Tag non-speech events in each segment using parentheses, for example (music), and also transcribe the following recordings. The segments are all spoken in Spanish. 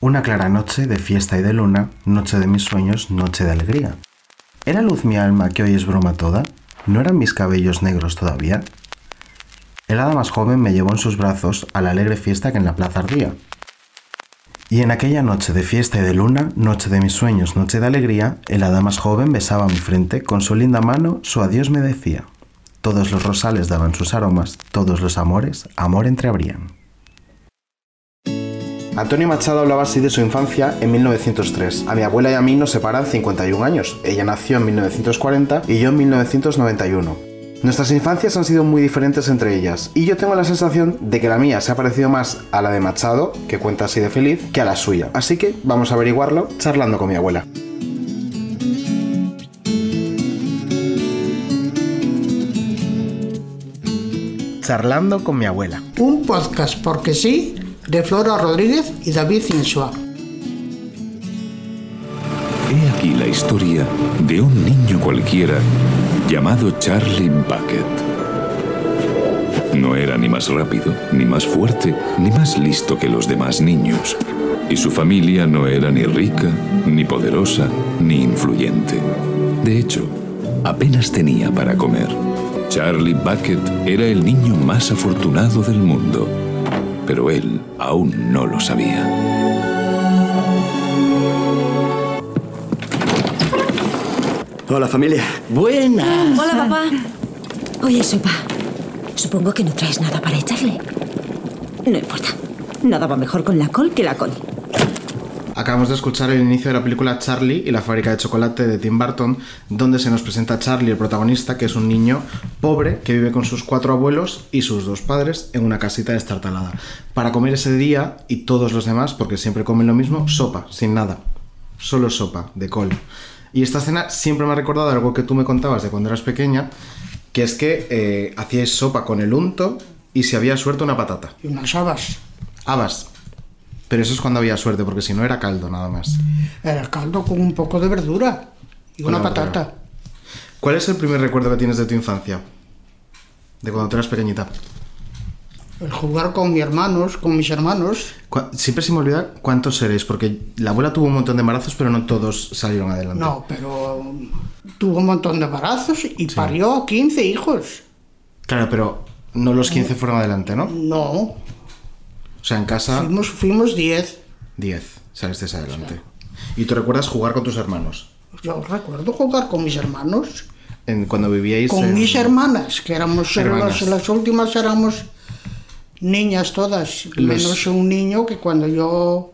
Una clara noche de fiesta y de luna, noche de mis sueños, noche de alegría. ¿Era luz mi alma que hoy es broma toda? ¿No eran mis cabellos negros todavía? El hada más joven me llevó en sus brazos a la alegre fiesta que en la plaza ardía. Y en aquella noche de fiesta y de luna, noche de mis sueños, noche de alegría, el hada más joven besaba mi frente, con su linda mano su adiós me decía. Todos los rosales daban sus aromas, todos los amores amor entreabrían. Antonio Machado hablaba así de su infancia en 1903. A mi abuela y a mí nos separan 51 años. Ella nació en 1940 y yo en 1991. Nuestras infancias han sido muy diferentes entre ellas, y yo tengo la sensación de que la mía se ha parecido más a la de Machado, que cuenta así de feliz, que a la suya. Así que vamos a averiguarlo charlando con mi abuela. Charlando con mi abuela. Un podcast porque sí de Flora Rodríguez y David Insua. He aquí la historia de un niño cualquiera llamado Charlie Bucket. No era ni más rápido, ni más fuerte, ni más listo que los demás niños. Y su familia no era ni rica, ni poderosa, ni influyente. De hecho, apenas tenía para comer. Charlie Bucket era el niño más afortunado del mundo pero él aún no lo sabía. Hola familia. Buenas. Hola papá. Oye, sopa. Supongo que no traes nada para echarle. No importa. Nada va mejor con la col que la col. Acabamos de escuchar el inicio de la película Charlie y la fábrica de chocolate de Tim Burton, donde se nos presenta a Charlie, el protagonista, que es un niño pobre que vive con sus cuatro abuelos y sus dos padres en una casita destartalada. Para comer ese día y todos los demás, porque siempre comen lo mismo, sopa, sin nada. Solo sopa, de col. Y esta escena siempre me ha recordado algo que tú me contabas de cuando eras pequeña, que es que eh, hacíais sopa con el unto y si había suerte una patata. Y unas habas. Habas, pero eso es cuando había suerte, porque si no era caldo nada más. Era caldo con un poco de verdura y una no, patata. Pero... ¿Cuál es el primer recuerdo que tienes de tu infancia? De cuando tú eras pequeñita. El jugar con mis hermanos, con mis hermanos. Siempre se me olvida cuántos seréis, porque la abuela tuvo un montón de embarazos, pero no todos salieron adelante. No, pero um, tuvo un montón de embarazos y sí. parió 15 hijos. Claro, pero no Mm. los 15 fueron adelante, ¿no? No, o sea, en casa. Fuimos 10. Fuimos 10, saliste adelante. O sea. ¿Y tú recuerdas jugar con tus hermanos? Yo recuerdo jugar con mis hermanos. En, cuando vivíais. Con en... mis hermanas, que éramos. Hermanas. Las, las, últimas éramos niñas todas, Los... menos un niño que cuando yo.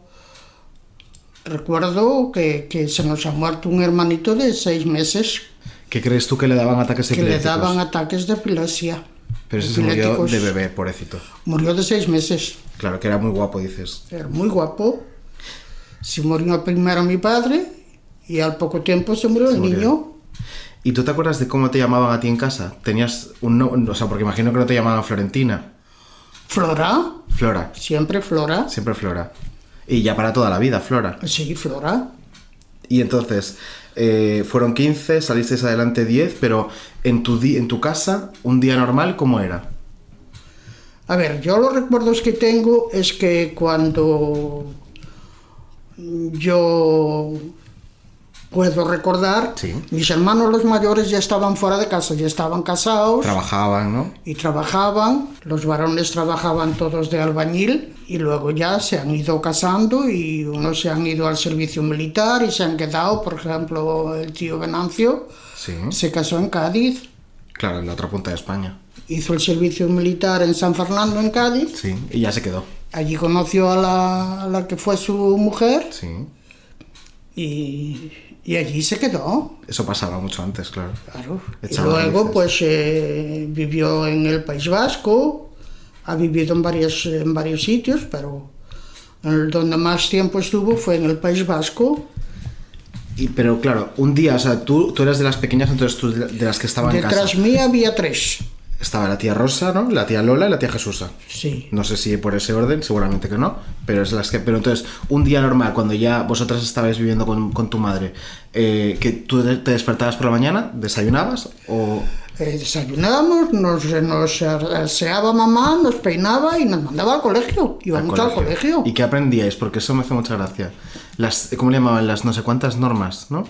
Recuerdo que, que, se nos ha muerto un hermanito de seis meses. ¿Qué crees tú que le daban ataques de Que le daban ataques de epilepsia. Pero ese se murió de bebé, pobrecito. Murió de seis meses. Claro, que era muy guapo, dices. Era muy guapo. Se murió primero mi padre y al poco tiempo se murió se el murió. niño. ¿Y tú te acuerdas de cómo te llamaban a ti en casa? Tenías un no, o sea, porque imagino que no te llamaban Florentina. Flora. Flora. Siempre Flora. Siempre Flora. Y ya para toda la vida, Flora. Sí, Flora. Y entonces, eh, fueron 15, salisteis adelante 10, pero en tu, di en tu casa, un día normal, ¿cómo era? A ver, yo los recuerdos que tengo es que cuando yo puedo recordar, sí. mis hermanos los mayores ya estaban fuera de casa, ya estaban casados. Trabajaban, ¿no? Y trabajaban, los varones trabajaban todos de albañil y luego ya se han ido casando y unos se han ido al servicio militar y se han quedado, por ejemplo, el tío Venancio sí. se casó en Cádiz. Claro, en la otra punta de España. Hizo el servicio militar en San Fernando, en Cádiz. Sí, y ya se quedó. Allí conoció a la, a la que fue su mujer. Sí. Y, y allí se quedó. Eso pasaba mucho antes, claro. Claro. Echaba y luego, pues, eh, vivió en el País Vasco, ha vivido en, varias, en varios sitios, pero el, donde más tiempo estuvo fue en el País Vasco. Y, pero claro, un día, o sea, tú, tú eras de las pequeñas, entonces tú de las que estaban Detrás en casa. Detrás mía había tres. Estaba la tía Rosa, ¿no? La tía Lola y la tía Jesusa. Sí. No sé si por ese orden, seguramente que no, pero es las que... Pero entonces, un día normal, cuando ya vosotras estabais viviendo con, con tu madre, eh, que tú te despertabas por la mañana, desayunabas o... Eh, desayunábamos, nos, nos aseaba mamá, nos peinaba y nos mandaba al colegio. Iba mucho al colegio. ¿Y qué aprendíais? Porque eso me hace mucha gracia. Las, ¿Cómo le llamaban? Las no sé cuántas normas, ¿no?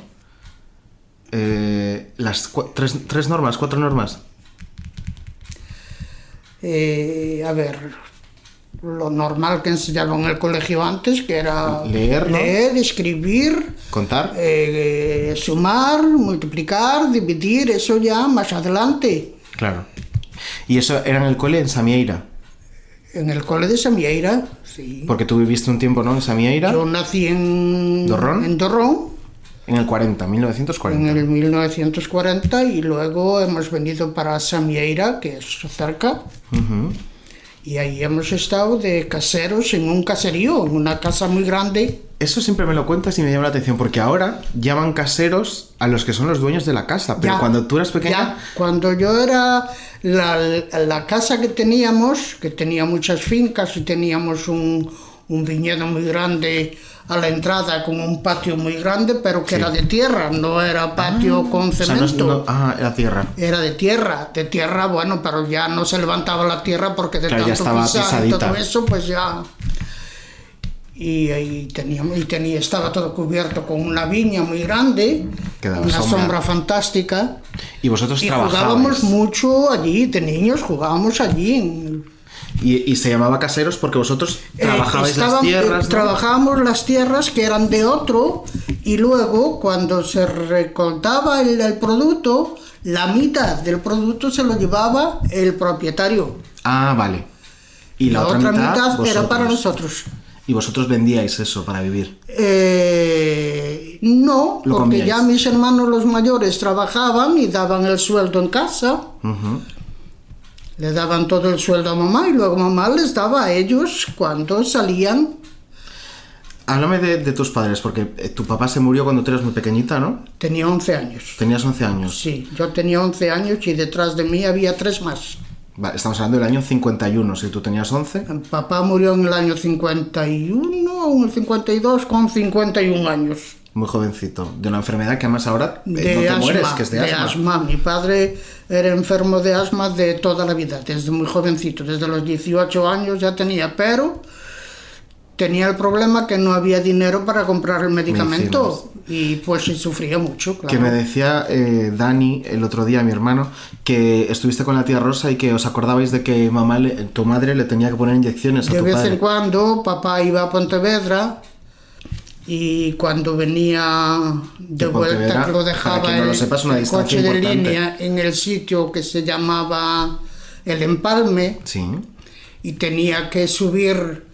Eh, las cua- tres, tres normas, cuatro normas. Eh, a ver, lo normal que enseñaba en el colegio antes, que era Leer, ¿no? leer, escribir, Contar. eh, sumar, multiplicar, dividir, eso ya más adelante. Claro. Y eso era en el cole en Samieira. En el cole de Samieira, sí. Porque tú viviste un tiempo, ¿no? En Samieira. Yo nací en ¿Dorrón? en Dorrón, En el 40, en 1940. el 1940, y luego hemos venido para Samieira, que es cerca, Ujú. y ahí hemos estado de caseros en un caserío, en una casa muy grande. Eso siempre me lo cuentas y me llama la atención, porque ahora llaman caseros a los que son los dueños de la casa. Pero Ya, cuando tú eras ya. pequeña, Cuando yo era la, la casa que teníamos, que tenía muchas fincas y teníamos un, un viñedo muy grande a la entrada con un patio muy grande, pero que era de tierra, no era patio con Ah, o sea, no- cemento. no- ah, la tierra. Era de tierra, de tierra, bueno, pero ya no se levantaba la tierra porque de Claro, ya tanto estaba pisar y todo pisadita. eso, pues ya. Y ahí teníamos, y tenía, estaba todo cubierto con una viña muy grande, Que daba una sombra. sombra, fantástica. Y vosotros Y Pues trabajabais. jugábamos mucho allí, de niños jugábamos allí. en- Y, y se llamaba caseros porque vosotros trabajabais Eh, las estaban- tierras. eh, ¿no? Trabajábamos las tierras que eran de otro y luego cuando se recortaba el, el producto, la mitad del producto se lo llevaba el propietario. Ah, vale. Y la, otra, mitad, era para vosotros. nosotros. Y vosotros vendíais eso para vivir. Eh, no, Lo porque comíais. ya mis hermanos los mayores trabajaban y daban el sueldo en casa. Ujú. Le daban todo el sueldo a mamá y luego mamá les daba a ellos cuando salían Háblame de, de tus padres, porque eh, tu papá se murió cuando tú eras muy pequeñita, ¿no? Tenía 11 años. Tenías 11 años. Sí, yo tenía 11 años y detrás de mí había tres más. Vale, estamos hablando del año 51, si tú tenías 11. Papá murió en el año 51 o en el 52 con 51 años. Muy jovencito. De una enfermedad que además ahora eh, no te mueres, que es de, asma. Mi padre era enfermo de asma de toda la vida, desde muy jovencito, desde los 18 años ya tenía, pero tenía el problema que no había dinero para comprar el medicamento y pues sí sufría mucho, claro. Que me decía eh, Dani el otro día, mi hermano, que estuviste con la tía Rosa y que os acordabais de que mamá, le- tu madre le tenía que poner inyecciones a De tu vez padre. en cuando papá iba a Pontevedra y cuando venía de De Pontevedra, vuelta que lo para dejaba quien no lo el- sepa, es una el distancia coche de importante. línea en el sitio que se llamaba El Empalme Sí. y tenía que subir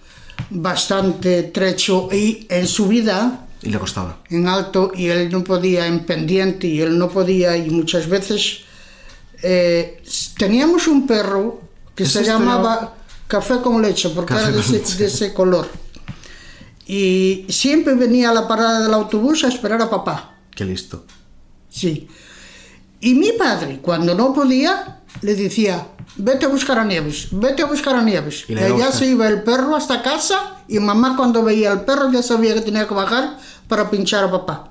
bastante trecho y en subida Y le costaba. en alto y él no podía en pendiente y él no podía y muchas veces eh, s- teníamos un perro que Eso se estaba- llamaba café con leche porque Café era de con ese, leche. de ese color y siempre venía a la parada del autobús a esperar a papá Qué listo. sí y mi padre cuando no podía le decía vete a buscar a Nieves vete a buscar a Nieves Y y la iba a allá buscar. se iba el perro hasta casa y mamá cuando veía al perro ya sabía que tenía que bajar para pinchar a papá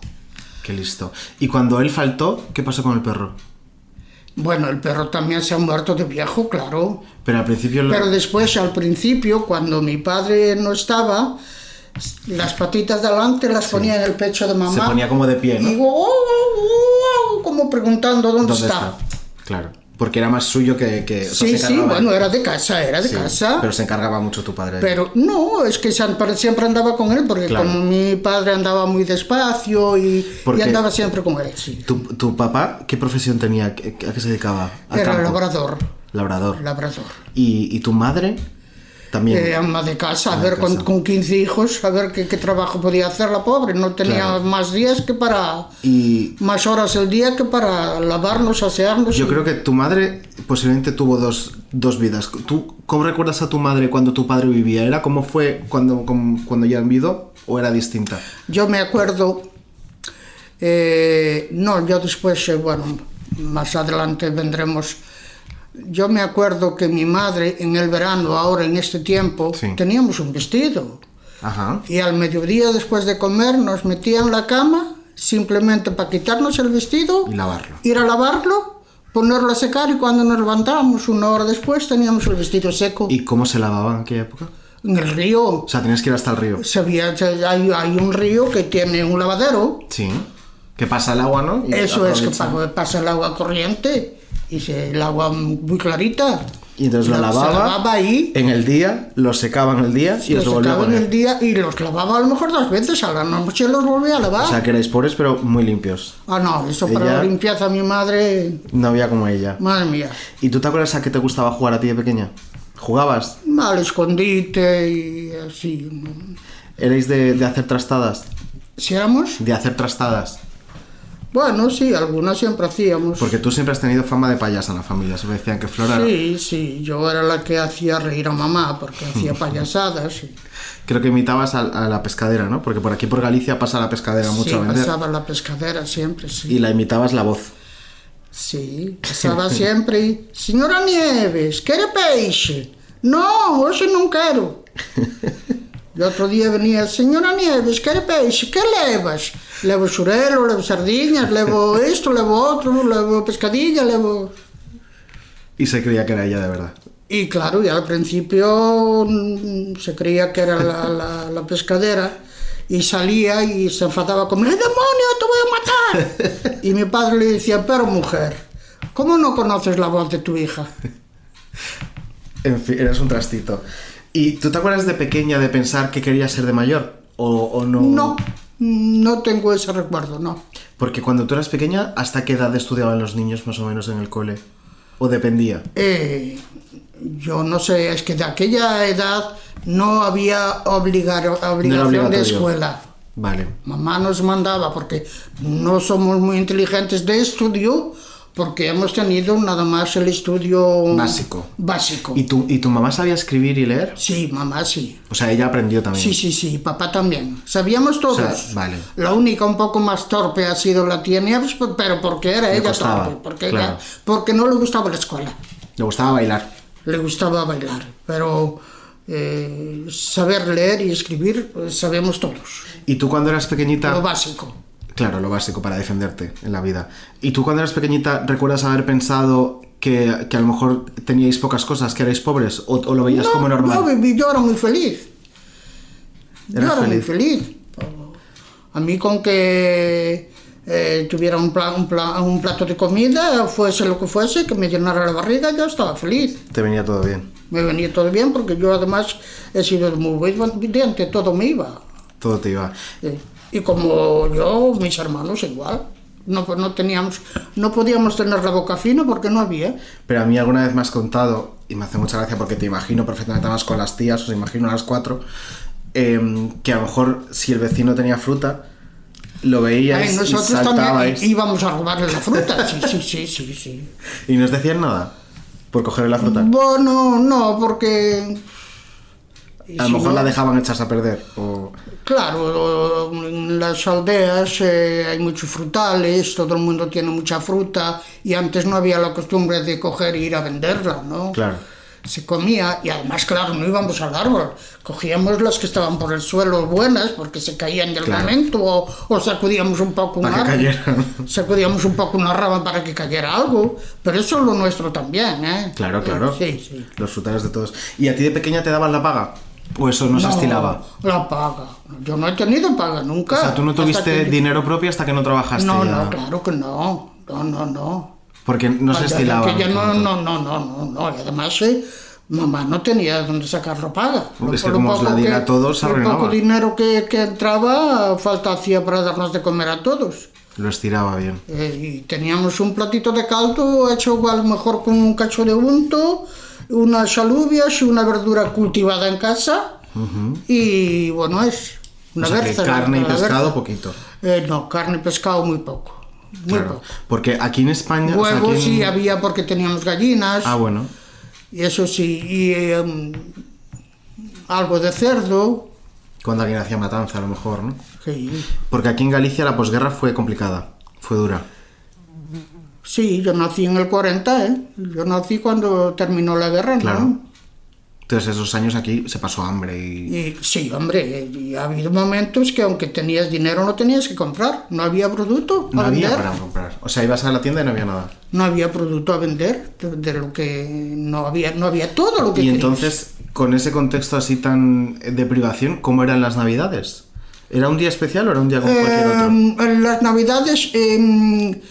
Qué listo. Y cuando él faltó, ¿qué pasó con el perro? Bueno, el perro también se ha muerto de viejo, claro. Pero al principio... lo- Pero después, al principio, cuando mi padre no estaba, las patitas de adelante las ponía en el pecho de mamá. Se ponía como de pie, ¿no? Y digo, "Oh, oh, oh", como preguntando ¿Dónde dónde, está. está? Claro. Porque era más suyo que... que o sea, Sí, se sí, encargaba- bueno, era de casa, era de Sí, casa. Pero se encargaba mucho tu padre. de él. Pero no, es que siempre siempre andaba con él, porque Claro. como mi padre andaba muy despacio y, y Porque- andaba siempre con él, sí. ¿Tu, tu papá qué profesión tenía? ¿A qué a qué se dedicaba? Al Era campo. labrador, Labrador. labrador. ¿Y, y tu madre? También. Eh, ama de casa, a Ama de ver, con, casa. con 15 hijos, a ver qué, qué trabajo podía hacer la pobre. No tenía Claro. más días que para. y más horas el día que para lavarnos, asearnos. yo y- creo que tu madre posiblemente tuvo dos, dos vidas. ¿Tú cómo recuerdas a tu madre cuando tu padre vivía? ¿Era como fue cuando, como- cuando ya vivido o era distinta? Yo me acuerdo. eh, no, yo después, eh, bueno, más adelante vendremos. Yo me acuerdo que mi madre en el verano, ahora en este tiempo, Sí. teníamos un vestido. Ajá. Y al mediodía, después de comer, nos metía en la cama simplemente para quitarnos el vestido, Y lavarlo. ir a lavarlo, ponerlo a secar y cuando nos levantábamos una hora después teníamos el vestido seco. ¿Y cómo se lavaba en aquella época? En el río O sea, tenías que ir hasta el río. se había- se- hay, hay un río que tiene un lavadero. Sí. Que pasa el agua, ¿no? Y Eso es que aprovechan. pa- pasa el agua corriente y se, el agua muy clarita. Y entonces lo La- se lavaba, lavaba ahí. en el día, lo secaba en el día y os los lo volvía a sacaba en poner. el día y los lavaba a lo mejor dos veces, a la noche los volvía a lavar. O sea, que erais pobres pero muy limpios. ah, no, eso para Ella- la limpieza mi madre, No había como ella. madre mía. ¿Y tú te acuerdas a qué te gustaba jugar a ti de pequeña? ¿Jugabas? Mal escondite y así. ¿no? ¿Erais de, de hacer trastadas? ¿Seamos? De hacer trastadas. Bueno, sí, algunas siempre hacíamos. Porque tú siempre has tenido fama de payasa en la familia. Siempre decían que Flora... Sí, sí, yo era la que hacía reír a mamá porque (laughs) hacía payasadas. y- Creo que imitabas a, a la pescadera, ¿no? Porque por aquí, por Galicia, pasa la pescadera mucho sí, a vender. pasaba la pescadera siempre, sí. Y la imitabas la voz. Sí, pasaba siempre. y, Señora Nieves, ¿quiere peixe? No, hoxe non quero. E outro día venía, señora Nieves, quere peixe? Que levas? Levo xurelo, levo sardiñas, levo isto, levo outro, levo pescadilla, levo... Y se creía que era ella de verdad. Y claro, y al principio mm, se creía que era la, la- la pescadera y salía y se enfadaba conmigo, ¡El demonio, te voy a (laughs) matar! Y mi padre le decía, pero mujer, ¿cómo no conoces la voz de tu hija? En fin, eras un trastito. ¿Y tú te acuerdas de pequeña de pensar que querías ser de mayor? ¿O, o no? No, no tengo ese recuerdo, no. Porque cuando tú eras pequeña, ¿hasta qué edad estudiaban los niños más o menos en el cole? ¿O dependía? Eh, yo no sé, es que de aquella edad no había obligar- No era obligación de obligatorio. escuela. Vale. Mamá nos mandaba porque no somos muy inteligentes de estudio porque hemos tenido nada más el estudio Básico. Básico. ¿Y tu, ¿Y tu mamá sabía escribir y leer? Sí, mamá sí. O sea, ella aprendió también. Sí, sí, sí, papá también. Sabíamos todos. O sea, vale. La única un poco más torpe ha sido la tía Nieves, pe- pero porque era ella costaba, torpe, porque, claro. ella- porque no le gustaba la escuela. Le gustaba bailar. Le gustaba bailar, pero eh, saber leer y escribir eh, sabemos todos. ¿Y tú cuando eras pequeñita... Lo básico. Claro, lo básico para defenderte en la vida. ¿Y tú cuando eras pequeñita recuerdas haber pensado que, que a lo mejor teníais pocas cosas, que erais pobres? ¿O, o lo veías como no, normal? baby, yo era muy feliz. Yo Eras era muy feliz. feliz. A mí con que eh, tuviera un, pla- un pla- un plato de comida, fuese lo que fuese, que me llenara la barriga, yo estaba feliz. Te venía todo bien. Me venía todo bien porque yo además he sido muy buen vidente, todo me iba. Todo te iba. Eh, Y como yo, mis hermanos igual. No, pues no, teníamos, no podíamos tener la boca fina porque no había. Pero a mí alguna vez me has contado, y me hace mucha gracia porque te imagino perfectamente además con las tías, os imagino a las cuatro, em, que a lo mejor si el vecino tenía fruta, lo Ay, veíais y nosotros también saltabais íbamos a robarle la fruta. Sí, sí, sí, sí, sí. y no os decían nada por coger la fruta. Bueno, no, porque... A lo si mejor no- la dejaban echarse a perder. O... Claro, en las aldeas eh, hay muchos frutales, todo el mundo tiene mucha fruta y antes no había la costumbre de coger e ir a venderla, ¿no? Claro. Se comía y además, claro, no íbamos al árbol, cogíamos las que estaban por el suelo buenas porque se caían del Claro. momento o, o sacudíamos un poco un Para que árbol. cayeran. Sacudíamos un poco una rama para que cayera algo, pero eso es lo nuestro también, ¿eh? Claro, claro. Sí, sí. Los frutales de todos. ¿Y a ti de pequeña te daban la paga? ¿O eso no, se estilaba? La paga. Yo no he tenido paga nunca. O sea, tú no Hasta tuviste que- dinero propio hasta que no trabajaste. No, ya? no, claro que no. No, no, no. Porque no se Vaya, estilaba. que ya no, tanto. no, no, no, no, no. Y además, eh, mamá no tenía dónde sacar ropa. Es que como os la diera a todos, se El poco arruinaba. dinero que, que entraba, falta hacía para darnos de comer a todos. Lo estiraba bien. Eh, y teníamos un platito de caldo hecho a lo mejor con un cacho de unto, unas alubias y una verdura cultivada en casa. Y bueno, es una O sea, que berza, carne y la berza. pescado, poquito. Eh, no, carne y pescado muy poco. Muy Claro. poco. Porque aquí en España. o sea, aquí Huevos en- sí había porque teníamos gallinas, Ah, bueno. y eso sí, y em, algo de cerdo. Cuando alguien hacía matanza, a lo mejor, ¿no? Sí. Porque aquí en Galicia la posguerra fue complicada. Fue dura. Sí, yo nací en el 40, ¿eh? Yo nací cuando terminó la guerra, ¿no? Claro. Entonces esos años aquí se pasó hambre y... Y sí, hombre, y ha habido momentos que aunque tenías dinero no tenías que comprar, no había producto a No había vender. para comprar. O sea, ibas a la tienda y no había nada. No había producto a vender de, de lo que no había, no había todo lo que Y querías. entonces, con ese contexto así tan eh, de privación, ¿cómo eran las navidades? ¿Era un día especial o era un día como cualquier otro? Eh, en las navidades eh,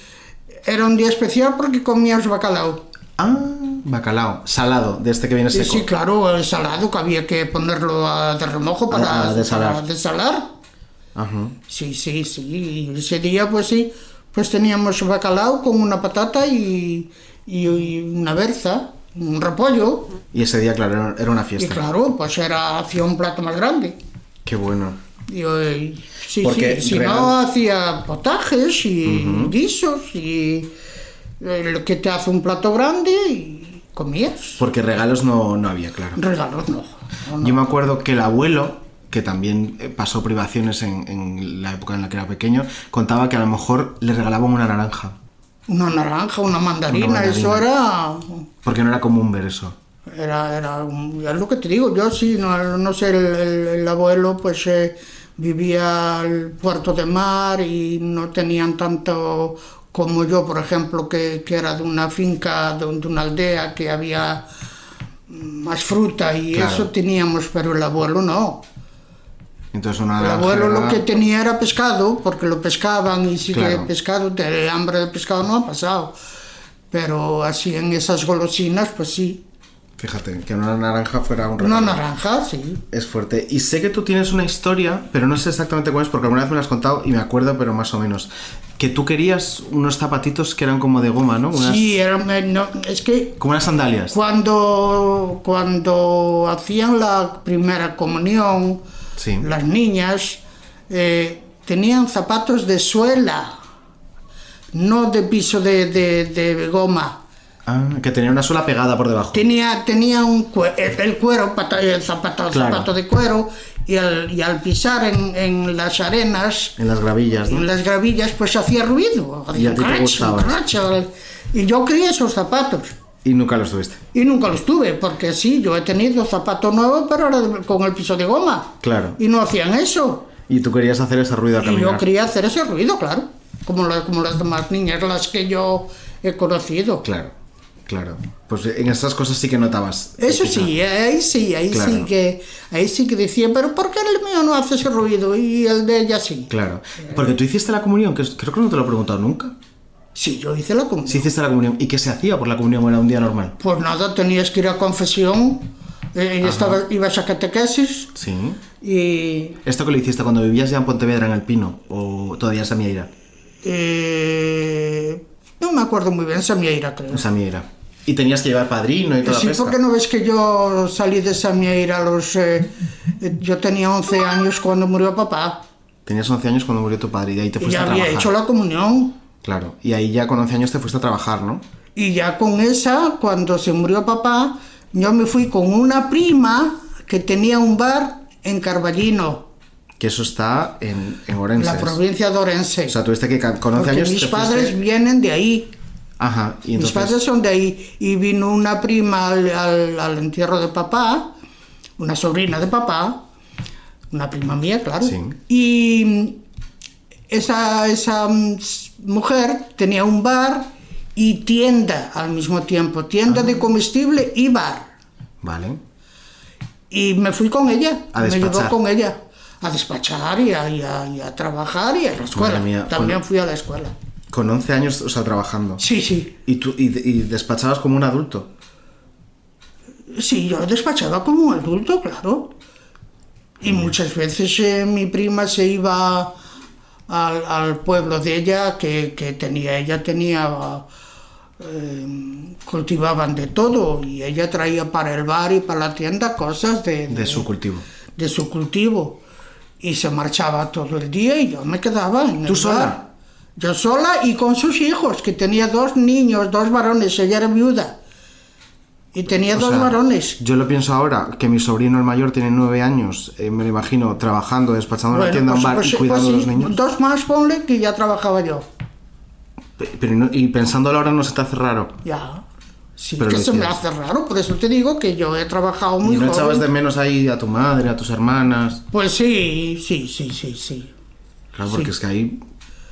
era un día especial porque comías bacalao. Ah, bacalao, salado, de este que viene Sí, seco. sí, claro, el salado que había que ponerlo a, de remojo para, a desalar. para desalar. Ajá. Sí, sí, sí. y Ese día, pues sí, pues teníamos bacalao con una patata y, y- y una berza, un repollo. Y ese día, claro, era- era una Y fiesta. claro, pues era hacía un plato más grande. Qué bueno. Y, eh, sí, Porque sí, si real- no, hacía potajes y guisos y eh, lo que te hace un plato grande y comías. Porque regalos no, no había, claro. Regalos no. no, no. Yo me acuerdo que el abuelo, que también eh, pasó privaciones en, en la época en la que era pequeño, contaba que a lo mejor le regalaban una naranja. Una naranja, una mandarina, Una mandarina. eso era, Porque no era común ver eso. era, era un- es lo que te digo, yo sí, no, no sé, el, el- el abuelo pues eh, vivía al puerto de mar y no tenían tanto como yo, por ejemplo, que, que era de una finca, de, un- de una aldea que había más fruta y Claro. eso teníamos, pero el abuelo no. Entonces una El naranja abuelo lo era- que tenía era pescado, porque lo pescaban y sí Claro. que pescado, de hambre de pescado no ha pasado. Pero así en esas golosinas, pues sí. Fíjate, que una naranja fuera un regalo. Una naranja, sí. Es fuerte. Y sé que tú tienes una historia, pero no sé exactamente cuál es, porque alguna vez me la has contado y me acuerdo, pero más o menos. Que tú querías unos zapatitos que eran como de goma, ¿no? Unas- Sí, eh. era, me- no, es que Como unas sandalias. cuando, cuando hacían la primera comunión, Sí. las niñas eh, tenían zapatos de suela, no de piso de, de- de goma. Ah, que tenía una sola pegada por debajo. Tenía, tenía un cue- el, el cuero, pata- el zapato, el Claro. zapato de cuero, y al, y al pisar en, en las arenas, En las gravillas, en ¿no? las gravillas, pues hacía ruido. Mm. Y a ti te Cracho, gustaba. cracho. Y yo quería esos zapatos. Y nunca los tuviste. Y nunca los tuve, porque sí, yo he tenido zapatos nuevos, pero ahora de- con el piso de goma. Claro. Y no hacían eso. Y tú querías hacer ese ruido al Y caminar. yo quería hacer ese ruido, claro. Como, la- como las demás niñas, las que yo he conocido. Claro, claro. Pues en esas cosas sí que notabas. Eso quizá. sí, ahí sí, ahí Claro. sí que ahí sí que decía, pero ¿por qué el mío no hace ese ruido y el de ella sí? Claro. Porque tú hiciste la comunión, que es- creo que no te lo he preguntado nunca. Sí, yo hice la comunión. Sí hiciste la comunión. ¿Y qué se hacía por la comunión? ¿Era un día normal? Pues nada, tenías que ir a confesión, eh, y estaba, ibas a catequesis Sí. y ¿Esto que lo hiciste cuando vivías ya en Pontevedra, en el Pino? ¿O todavía en Samieira? eh, no me acuerdo muy bien, Samieira creo. En Samieira. ¿Y tenías que llevar padrino y toda Sí, la pesca? porque no ves que yo salí de Samieira a los... eh, eh, yo tenía 11 años cuando murió papá Tenías 11 años cuando murió tu padre y de ahí te y fuiste ya a había trabajar. hecho la comunión. Claro. Y ahí ya con 11 años te fuiste a trabajar, ¿no? Y ya con esa, cuando se murió papá, yo me fui con una prima que tenía un bar en Carballino, Que eso está en, en en Orense. la provincia de Orense. O sea, tuviste que ca- con 11 porque años mis te fuiste- padres vienen de ahí. Ajá. Y Mis entonces... padres son de ahí. Y vino una prima al, al- al entierro de papá, una sobrina de papá, una prima mía, claro. Sí. Y esa, esa mm, s- mujer tenía un bar y tienda al mismo tiempo, tienda Ah. de comestible y bar. Vale. Y me fui con ella, A me llevó despachar. con ella a despachar y a, y a- y a trabajar y a la escuela. Pues, mía, También con- fui a la escuela. Con 11 años, o sea, trabajando. Sí, sí. Y tú y, y despachabas como un adulto. Sí, yo lo despachaba como un adulto, claro. Mm. Y muchas veces eh, mi prima se iba al, al pueblo de ella, que, que tenía, ella tenía, eh, cultivaban de todo, y ella traía para el bar y para la tienda cosas de, De su cultivo. de su cultivo. Y se marchaba todo el día y yo me quedaba en el ¿Tú sola? bar. Yo sola y con sus hijos, que tenía dos niños, dos varones, ella era viuda. Y tenía O dos sea, varones. Yo lo pienso ahora, que mi sobrino el mayor tiene nueve años, eh, me lo imagino trabajando, despachando en la Bueno, tienda, un pues- bar pues- y cuidando a pues sí, los niños. Dos más, ponle, que ya trabajaba yo. Pe- Pero, no- y pensándolo ahora no se te hace raro. Ya. Sí, Pero que lo se me hacías. hace raro, por eso te digo que yo he trabajado muy ¿Y no joven. echabas de menos ahí a tu madre, a tus hermanas? Pues sí, sí, sí, sí, sí. Claro, Sí. porque es que ahí,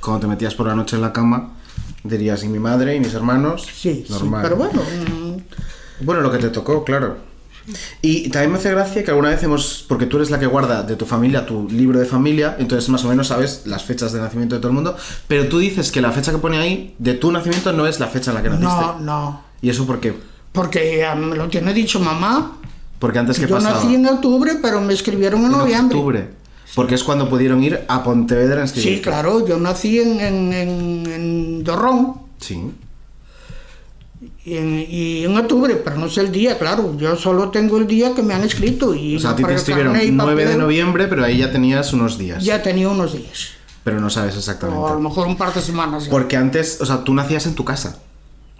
cuando te metías por la noche en la cama, dirías, ¿y mi madre y mis hermanos? Sí, Normal. sí. Pero bueno, mm, Bueno, lo que te tocó, claro. Y también me hace gracia que alguna vez hemos, porque tú eres la que guarda de tu familia tu libro de familia, entonces más o menos sabes las fechas de nacimiento de todo el mundo, pero tú dices que la fecha que pone ahí de tu nacimiento no es la fecha en la que naciste. no, no. ¿Y eso por qué? Porque eh, me lo tiene dicho mamá. Porque antes que Yo pasaba nací en octubre, pero me escribieron en, noviembre. octubre, porque es cuando pudieron ir a Pontevedra en Sí, claro, yo nací en, en, en- en Dorrón Sí. y en, y en octubre, pero no sé el día, claro. Yo solo tengo el día que me han escrito. Y O sea, a ti para te el escribieron carné y 9 de papel noviembre, pero ahí ya tenías unos días. Ya tenía unos días, Pero no sabes exactamente. o a lo mejor un par de semanas. ya. Porque antes, Ah, o sea, tú nacías en tu casa.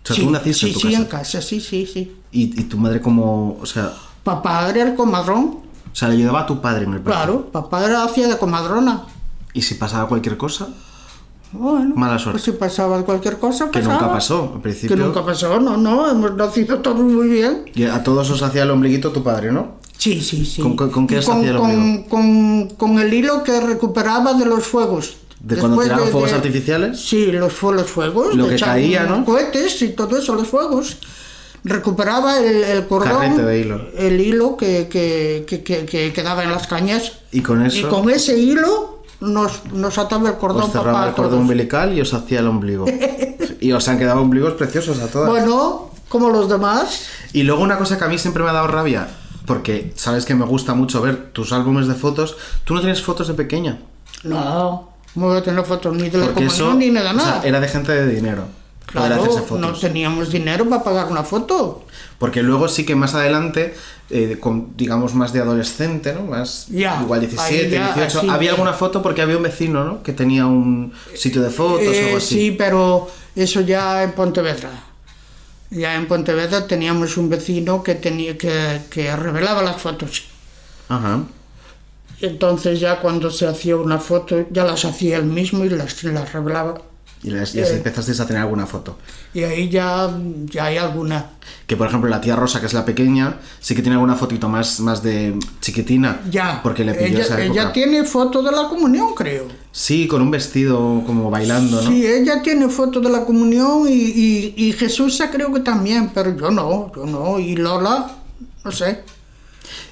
O sea, sí, tú naciste sí, en tu sí, casa. en casa, sí, sí, sí. Y, y tu madre como, o sea, Papá era el comadrón, o sea, le ayudaba a tu padre en el parto. claro, papá era hacía de comadrona. Y si pasaba cualquier cosa, Bueno, Mala suerte. pues si pasaba cualquier cosa, que pasaba. nunca pasó, en principio. Que nunca pasó, no, no, hemos nacido todos muy bien. Y a todos os hacía el ombliguito tu padre, ¿no? Sí, sí, sí. ¿Con- con- con qué Y os con, hacía el con, ombligo? con- con el hilo que recuperaba de los fuegos. De cuando Después tiraban de- fuegos de- artificiales. Sí, los, fue- los fuegos. Lo le que echaban caía, ¿no? Cohetes y todo eso, los fuegos. Recuperaba el, el cordón. Carrete de hilo. El hilo que, que, que, que- que quedaba en las cañas. Y con eso Y con ese hilo nos, nos ataba el cordón os cerraba papá el a cordón todos. umbilical y os hacía el (laughs) ombligo. y os han quedado ombligos preciosos a todas. Bueno, como los demás. Y luego una cosa que a mí siempre me ha dado rabia, porque sabes que me gusta mucho ver tus álbumes de fotos. Tú no tienes fotos de pequeña. No, no voy a tener fotos ni de la Porque comunión eso ni nada. o sea, nada. era de gente de dinero. poder Claro, hacerse fotos. no teníamos dinero para pagar una foto. Porque luego sí que más adelante, eh, con, digamos más de adolescente, ¿no? Más Ya, igual 17, ahí ya, 18. así había que- alguna foto porque había un vecino, ¿no? Que tenía un sitio de fotos o Eh, algo así. sí, pero eso ya en Pontevedra. Ya en Pontevedra teníamos un vecino que tenía que, que revelaba las fotos. Ajá. Y Entonces ya cuando se hacía una foto, ya las hacía él mismo y las, las revelaba. Y las, Eh. y así empezasteis a tener alguna foto. Y ahí ya, ya hay alguna. Que por ejemplo la tía Rosa, que es la pequeña, sí que tiene alguna fotito más, más de chiquitina. Ya. Porque le pilló ella, esa época. ella tiene foto de la comunión, creo. Sí, con un vestido como bailando, ¿no? Sí, ella tiene fotos de la comunión y, y, y Jesús creo que también, pero yo no, yo no. Y Lola, no sé.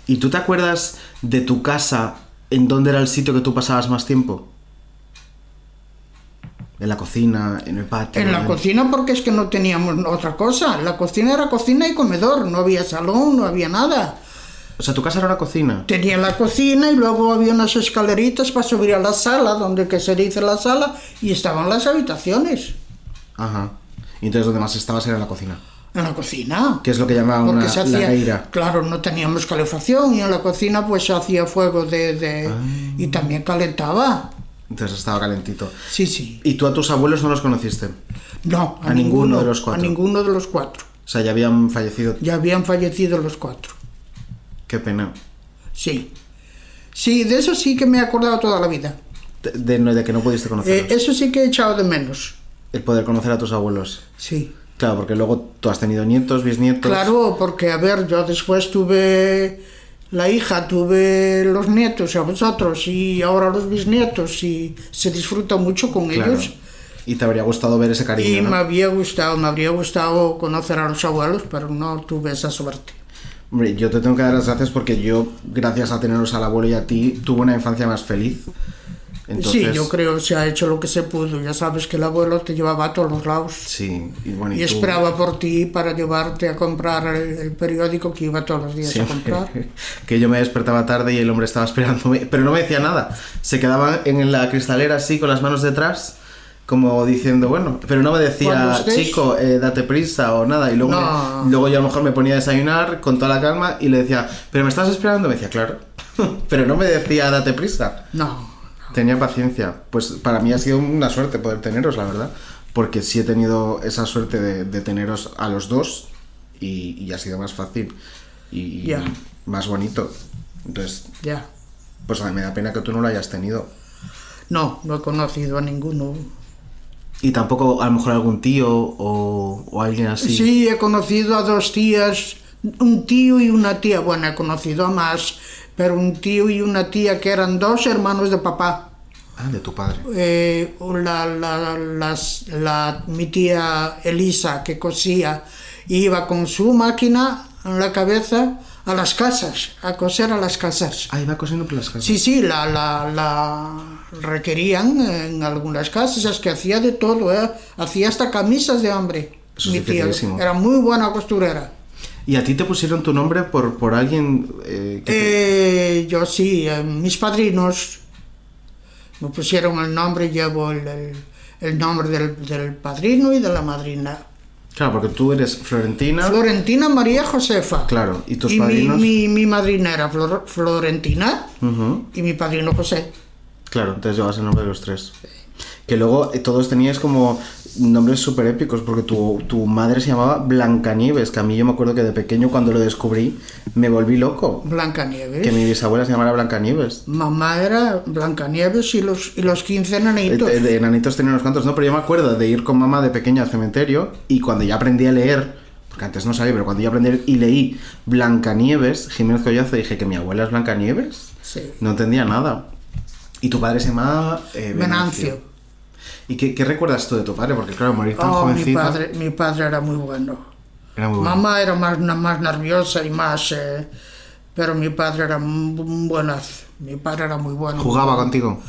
¿Y tú te acuerdas de tu casa en dónde era el sitio que tú pasabas más tiempo? En la cocina, en el patio. En la cocina porque es que no teníamos otra cosa. La cocina era cocina y comedor, no había salón, no había nada. O sea, tu casa era una cocina. Tenía la cocina y luego había unas escaleritas para subir a la sala, donde que se dice la sala, y estaban las habitaciones Ajá. Y entonces donde más estabas era en la cocina. en la cocina. Que es lo que llamaban una, Porque se la hacía, gaira. claro, no teníamos calefacción y en la cocina pues se hacía fuego de, Ah. de- y también calentaba. Entonces estaba calentito. Sí, sí. ¿Y tú a tus abuelos no los conociste? No, A ninguno de los cuatro. A ninguno de los cuatro. O sea, ya habían fallecido. Ya habían fallecido los cuatro. Qué pena. Sí. Sí, de eso sí que me he acordado toda la vida. De, de no- de que no pudiste Eh, conocerlos. eso sí que he echado de menos. El poder conocer a tus abuelos. Sí. Claro, porque luego tú has tenido nietos, bisnietos. Claro, porque a ver, yo después tuve la hija, tuve los nietos a vosotros y ahora los bisnietos y se disfruta mucho con Claro. ellos. Y te habría gustado ver ese cariño. Y ¿no? me había gustado, me habría gustado conocer a los abuelos, pero no tuve esa suerte. Hombre, yo te tengo que dar las gracias porque yo, gracias a teneros al abuelo y a ti, tuve una infancia más feliz. Entonces, Sí, yo creo que se ha hecho lo que se pudo. Ya sabes que el abuelo te llevaba a todos los lados Sí, y bueno, y tú- esperaba por ti para llevarte a comprar el, el periódico que iba todos los días Sí, a comprar. (laughs) que yo me despertaba tarde y el hombre estaba esperándome, pero no me decía nada. Se quedaba en la cristalera así, con las manos detrás, como diciendo, bueno, pero no me decía, Cuando estés- chico, eh, date prisa o nada. Y luego, No. me- luego yo a lo mejor me ponía a desayunar con toda la calma y le decía, pero me estás esperando. Me decía, claro, (laughs) pero no me decía, date prisa. No, Tenía paciencia. Pues para mí ha sido una suerte poder teneros, la verdad. Porque sí he tenido esa suerte de, de teneros a los dos y, y ha sido más fácil y, y Ya. más bonito. Entonces, ya. pues a mí me da pena que tú no lo hayas tenido. No, no he conocido a ninguno. Y tampoco a lo mejor algún tío o, o alguien así. Sí, he conocido a dos tías, un tío y una tía. Bueno, he conocido a más, pero un tío y una tía que eran dos hermanos de papá. Ah, de tu padre. Eh, la, la- las- la- mi tía Elisa, que cosía, iba con su máquina en la cabeza a las casas, a coser a las casas. Ah, iba cosiendo por las casas. Sí, sí, la, la, la requerían en algunas casas, es que hacía de todo, ¿eh? hacía hasta camisas de hambre. Eso es mi tía dificilísimo. era muy buena costurera. ¿Y a ti te pusieron tu nombre por, por alguien eh, que te- Eh, yo sí, eh, mis padrinos me pusieron el nombre, llevo el, el- el nombre del, del padrino y de la madrina. Claro, porque tú eres Florentina. Florentina María Josefa. Claro, ¿y tus mi- padrinos? Mm. Mi, mi madrina era Flor- Florentina Ujú. y mi padrino José. Claro, entonces llevas el nombre de los tres. Que luego eh, todos teníais como nombres súper épicos, porque tu, tu madre se llamaba Blancanieves, que a mí yo me acuerdo que de pequeño cuando lo descubrí me volví loco. Blanca Nieves. Que mi bisabuela se llamara Blancanieves. Mamá era Blancanieves y los, y los 15 nanitos. Eh, De enanitos tenía unos cuantos, no, pero yo me acuerdo de ir con mamá de pequeña al cementerio y cuando ya aprendí a leer, porque antes no sabía, pero cuando ya aprendí a leer y leí Blancanieves, Jiménez Collazo, dije que mi abuela es Blancanieves. Sí. No entendía nada. Y tu padre se llamaba eh, Venancio. Venancio. ¿Y qué, qué recuerdas tú de tu padre? Porque claro, morir tan Oh, mi jovencito padre, mi padre era muy bueno. era muy bueno. Mamá era más, más nerviosa y más... eh, pero mi padre era un buenazo. Mi padre era muy bueno. Jugaba contigo.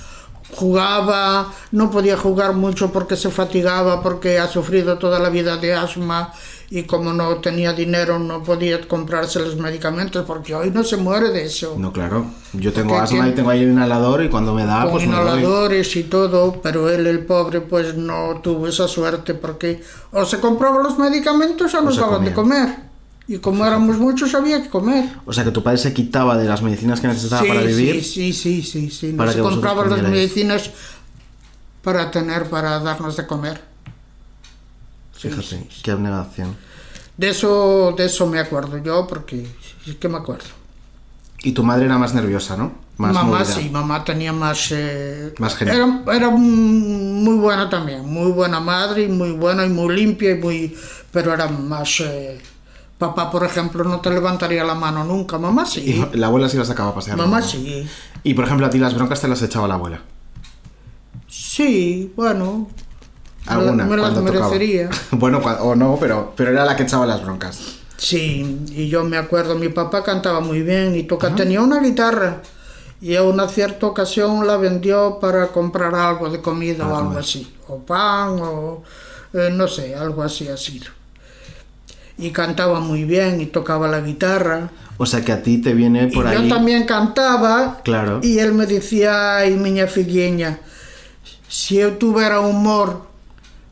Jugaba, no podía jugar mucho porque se fatigaba, porque ha sufrido toda la vida de asma y como no tenía dinero no podía comprarse los medicamentos porque hoy no se muere de eso. No, claro. Yo tengo Porque asma y tiene- tengo ahí un inhalador y cuando me da, con pues me doy. inhaladores y todo, pero él, el pobre, pues no tuvo esa suerte porque o se compraba los medicamentos o O nos se daban de comía. comer. Y como éramos muchos, había que comer. O sea que tu padre se quitaba de las medicinas que necesitaba sí, para vivir. sí, sí, sí, sí, sí. para Nos que vosotros compraba las comierais. medicinas para tener, para darnos de comer. Sí, Fíjate, sí. qué abnegación. De eso, de eso me acuerdo yo porque es que me acuerdo. Y tu madre era más nerviosa, ¿no? Más mamá movida. sí, mamá tenía más... eh, Más genio. era, era mm, muy buena también, muy buena madre, y muy buena y muy limpia, y muy, pero era más... eh, papá, por ejemplo, no te levantaría la mano nunca, mamá Y sí, (laughs) la abuela sí las sacaba a pasear. mamá ¿no? sí. Y por ejemplo, a ti las broncas te las echaba la abuela. Sí, bueno, Me la- ¿Alguna? me las cuando tocaba. merecería. (laughs) bueno, cua- o no, pero, pero era la que echaba las broncas. sí, y yo me acuerdo, mi papá cantaba muy bien y toca, tenía una guitarra. Y a una cierta ocasión la vendió para comprar algo de comida Para o algo comer. así. O pan o eh, no sé, algo así ha sido. Y cantaba muy bien y tocaba la guitarra. O sea que a ti te viene por y ahí. yo también cantaba. Claro. Y él me decía, ay, miña figueña, si yo tuviera humor,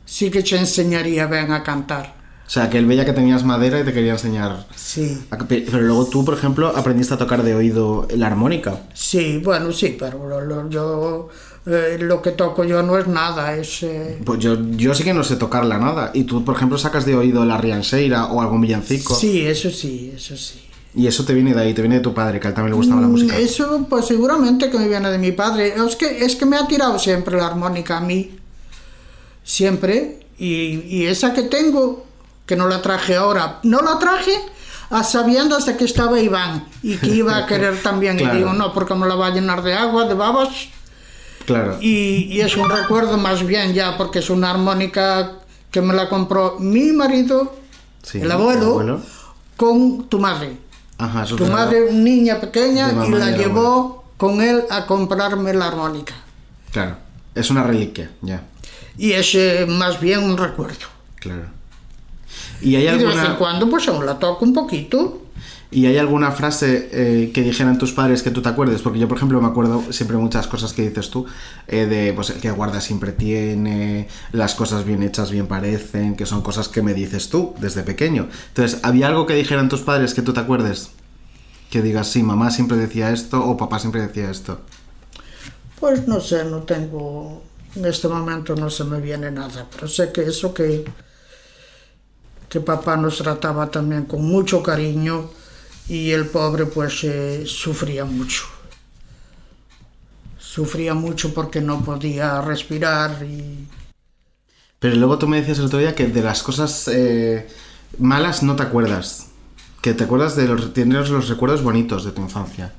sí que te enseñaría bien a cantar. O sea que él veía que tenías madera y te quería enseñar. Sí. a- pe- Pero luego tú, por ejemplo, aprendiste a tocar de oído la armónica. Sí, bueno, sí, pero lo, lo- yo, eh, lo que toco yo no es nada, es... eh, Pues yo, yo sí que no sé tocarla nada. Y tú, por ejemplo, sacas de oído la rianseira o algún villancico. sí, eso sí, eso sí. Y eso te viene de ahí, te viene de tu padre, que a él también le gustaba la música. Eso pues seguramente que me viene de mi padre. Es que, es que me ha tirado siempre la armónica a mí, siempre. Y, y esa que tengo, que no la traje ahora, no la traje a sabiendo hasta que estaba Iván y que iba a querer también. (laughs) Claro. Y digo, no, porque me la va a llenar de agua, de babas. Claro. Y, y es un recuerdo más bien ya, porque es una armónica que me la compró mi marido, Sí, el abuelo, abuelo. con tu madre. Ajá, eso Tu es verdad. madre, niña De pequeña, mamá y y la del llevó con él a comprarme la armónica. Claro. Es una reliquia, ya. Y es eh, más bien un recuerdo. Claro. ¿Y hay Y de vez en alguna, cuando, pues aún la toco un poquito. ¿y hay alguna frase eh, que dijeran tus padres que tú te acuerdes? Porque yo, por ejemplo, me acuerdo siempre muchas cosas que dices tú, eh, de pues el que guarda siempre tiene, las cosas bien hechas bien parecen, que son cosas que me dices tú desde pequeño. Entonces, ¿había algo que dijeran tus padres que tú te acuerdes? Que digas, sí, mamá siempre decía esto o papá siempre decía esto. Pues no sé, no tengo. En este momento no se me viene nada, pero sé que eso que. que papá nos trataba también con mucho cariño y el pobre pues eh, sufría mucho. Sufría mucho porque no podía respirar y. Pero luego tú me decías el otro día que de las cosas eh, malas no te acuerdas. Que te acuerdas de los, tienes los recuerdos bonitos de tu infancia.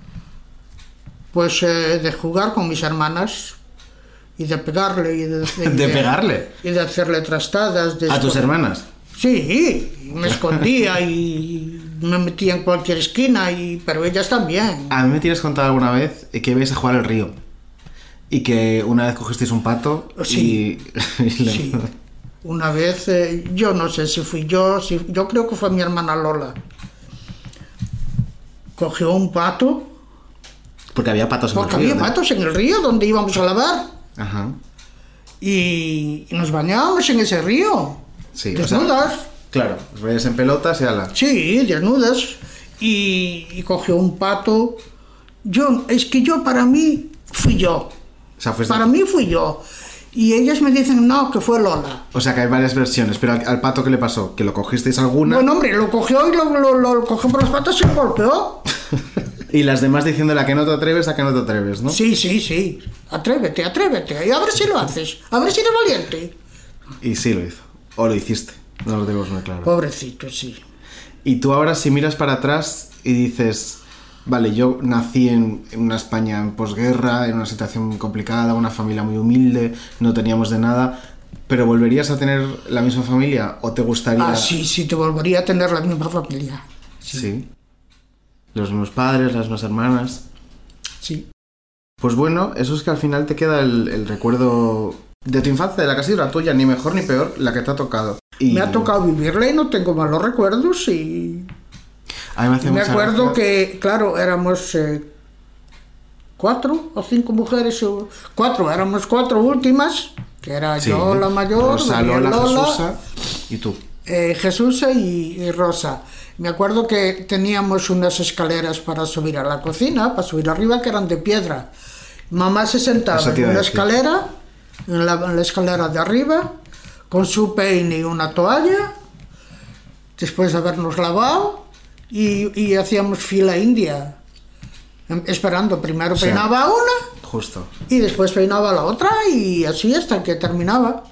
Pues eh, de jugar con mis hermanas y de pegarle y (laughs) de, y ¿De pegarle? y de hacerle trastadas. de ¿A tus escon- hermanas? Sí, y me escondía y me metía en cualquier esquina, y, pero ellas también. A mí me tienes contado alguna vez que ibais a jugar al río. Y que una vez cogisteis un pato Sí. y... y (laughs) lo- Sí. Una vez, eh, yo no sé si fui yo, si, yo creo que fue mi hermana Lola. Cogió un pato, Porque había patos porque en el río. había ¿no? patos en el río donde íbamos a lavar, Ajá. y, y nos bañábamos en ese río. Sí, o sea- desnudas. Claro, os veíais en pelotas y ala. Sí, desnudas. Y, y cogió un pato. Yo, es que yo para mí fui yo. O sea, fuiste- Para mí fui yo. Y ellas me dicen, no, que fue Lola. O sea, que hay varias versiones, pero al, al pato que le pasó, que lo cogisteis alguna Bueno, hombre, lo cogió y lo, lo- lo cogió por las patas y lo golpeó. y las demás diciéndole a que no te atreves, a que no te atreves, ¿no? Sí, sí, sí. Atrévete, atrévete. Y a ver si lo haces. A ver si eres valiente. Y sí lo hizo. O lo hiciste. No lo tenemos muy claro. Pobrecito, sí. Y tú ahora si miras para atrás y dices, vale, yo nací en, en una España en posguerra, en una situación complicada, una familia muy humilde, no teníamos de nada, pero ¿volverías a tener la misma familia o te gustaría... Ah, sí, sí, te volvería a tener la misma familia. Sí. Los mismos padres, las mismas hermanas. Sí. Pues bueno, eso es que al final te queda el, el recuerdo de tu infancia, de la que ha sido la tuya, ni mejor ni peor, la que te ha tocado. Y Me ha tocado vivirla y no tengo malos recuerdos y A mí me, hace Me mucha acuerdo gracia. que, claro, éramos eh, cuatro o cinco mujeres, o- cuatro, éramos cuatro últimas, que era Sí. yo la mayor, Rosa, María Lola, Lola, Jesusa y tú. eh, Jesusa y, y Rosa. Me acuerdo que teníamos unas escaleras para subir a la cocina, para subir arriba, que eran de piedra. Mamá se sentaba Eso te en iba a una decir. escalera, en la, en la escalera de arriba, con su peine y una toalla, después de habernos lavado, y, y hacíamos fila india, em- esperando. Primero sea, peinaba a una Justo. y después peinaba a la otra, y así hasta que terminaba.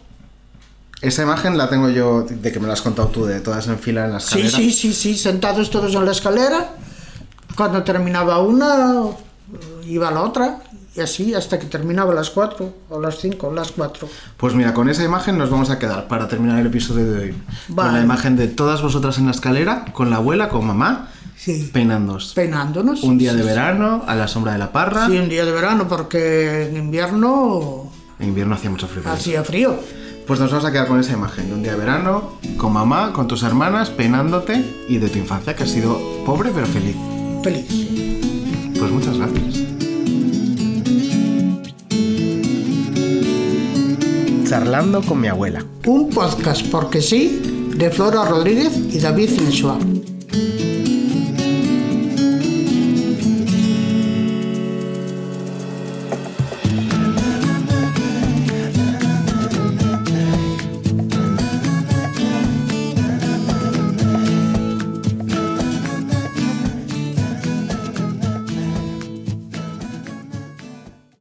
Esa imagen la tengo yo de que me la has contado tú, de todas en fila en la Sí, escalera. sí, sí, sí, sentados todos en la escalera. Cuando terminaba una, iba la otra, y así hasta que terminaba las cuatro, o las cinco, o las cuatro. Pues mira, con esa imagen nos vamos a quedar para terminar el episodio de hoy. Con la Vale. imagen de todas vosotras en la escalera, con la abuela, con mamá, Sí. peinándoos. Peinándonos. Un día sí, de sí. verano, a la sombra de la parra. Sí, un día de verano, porque en invierno En invierno hacía mucho frío. hacía frío. Pues nos vamos a quedar con esa imagen de un día de verano, con mamá, con tus hermanas, peinándote y de tu infancia que ha sido pobre pero feliz. Feliz. Pues muchas gracias. Charlando con mi abuela. Un podcast, porque sí, de Flora Rodríguez y David Insua.